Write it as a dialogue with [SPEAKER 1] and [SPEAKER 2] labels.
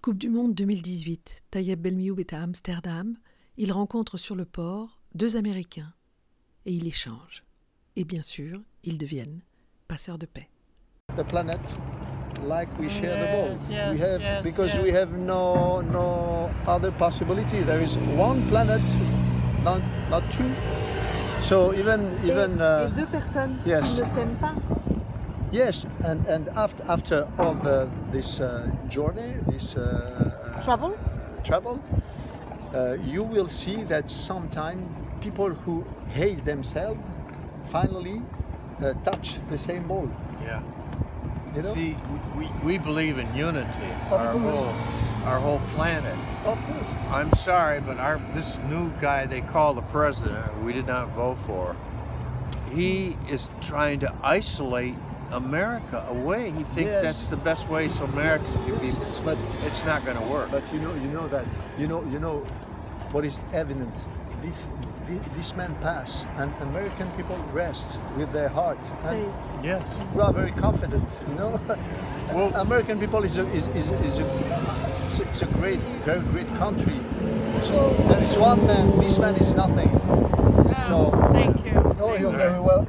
[SPEAKER 1] Coupe du Monde 2018, Tayeb Belmioub est à Amsterdam. Il rencontre sur le port deux Américains et il échange. Et bien sûr, ils deviennent passeurs de paix.
[SPEAKER 2] the planet like we share the
[SPEAKER 3] Yes,
[SPEAKER 2] ball.
[SPEAKER 3] yes,
[SPEAKER 2] we have
[SPEAKER 3] yes,
[SPEAKER 2] because
[SPEAKER 3] yes.
[SPEAKER 2] we have no no other possibility. There is one planet, not not two. So even
[SPEAKER 4] Et,
[SPEAKER 2] even
[SPEAKER 4] et
[SPEAKER 2] uh,
[SPEAKER 4] deux personnes
[SPEAKER 2] yes.
[SPEAKER 4] qui ne s'aiment pas.
[SPEAKER 2] yes, and and after after all the, this uh, journey, this uh, uh,
[SPEAKER 4] Travel
[SPEAKER 2] travel, uh, you will see that sometime people who hate themselves finally uh, touch the same ball.
[SPEAKER 3] Yeah.
[SPEAKER 2] You know,
[SPEAKER 3] See, we, we, we believe in unity.
[SPEAKER 2] Of
[SPEAKER 3] our
[SPEAKER 2] course.
[SPEAKER 3] whole our whole planet.
[SPEAKER 2] of course.
[SPEAKER 3] I'm sorry, but our this new guy they call the president, we did not vote for. He is trying to isolate America away. He thinks
[SPEAKER 2] Yes.
[SPEAKER 3] that's the best way so America can be.
[SPEAKER 2] But
[SPEAKER 3] It's not going to work.
[SPEAKER 2] But you know, you know that, you know, you know, what is evident. This, this, this man pass, and American people rest with their hearts.
[SPEAKER 4] c'est
[SPEAKER 2] And
[SPEAKER 3] yes.
[SPEAKER 2] we are very confident, you know.
[SPEAKER 3] Well-
[SPEAKER 2] American people is a, is, is, is a, it's, a- it's a great, very great country. So there is one man. This man is nothing. So-
[SPEAKER 5] thank you.
[SPEAKER 2] Oh,
[SPEAKER 5] Thank
[SPEAKER 2] you're
[SPEAKER 5] you.
[SPEAKER 2] very welcome.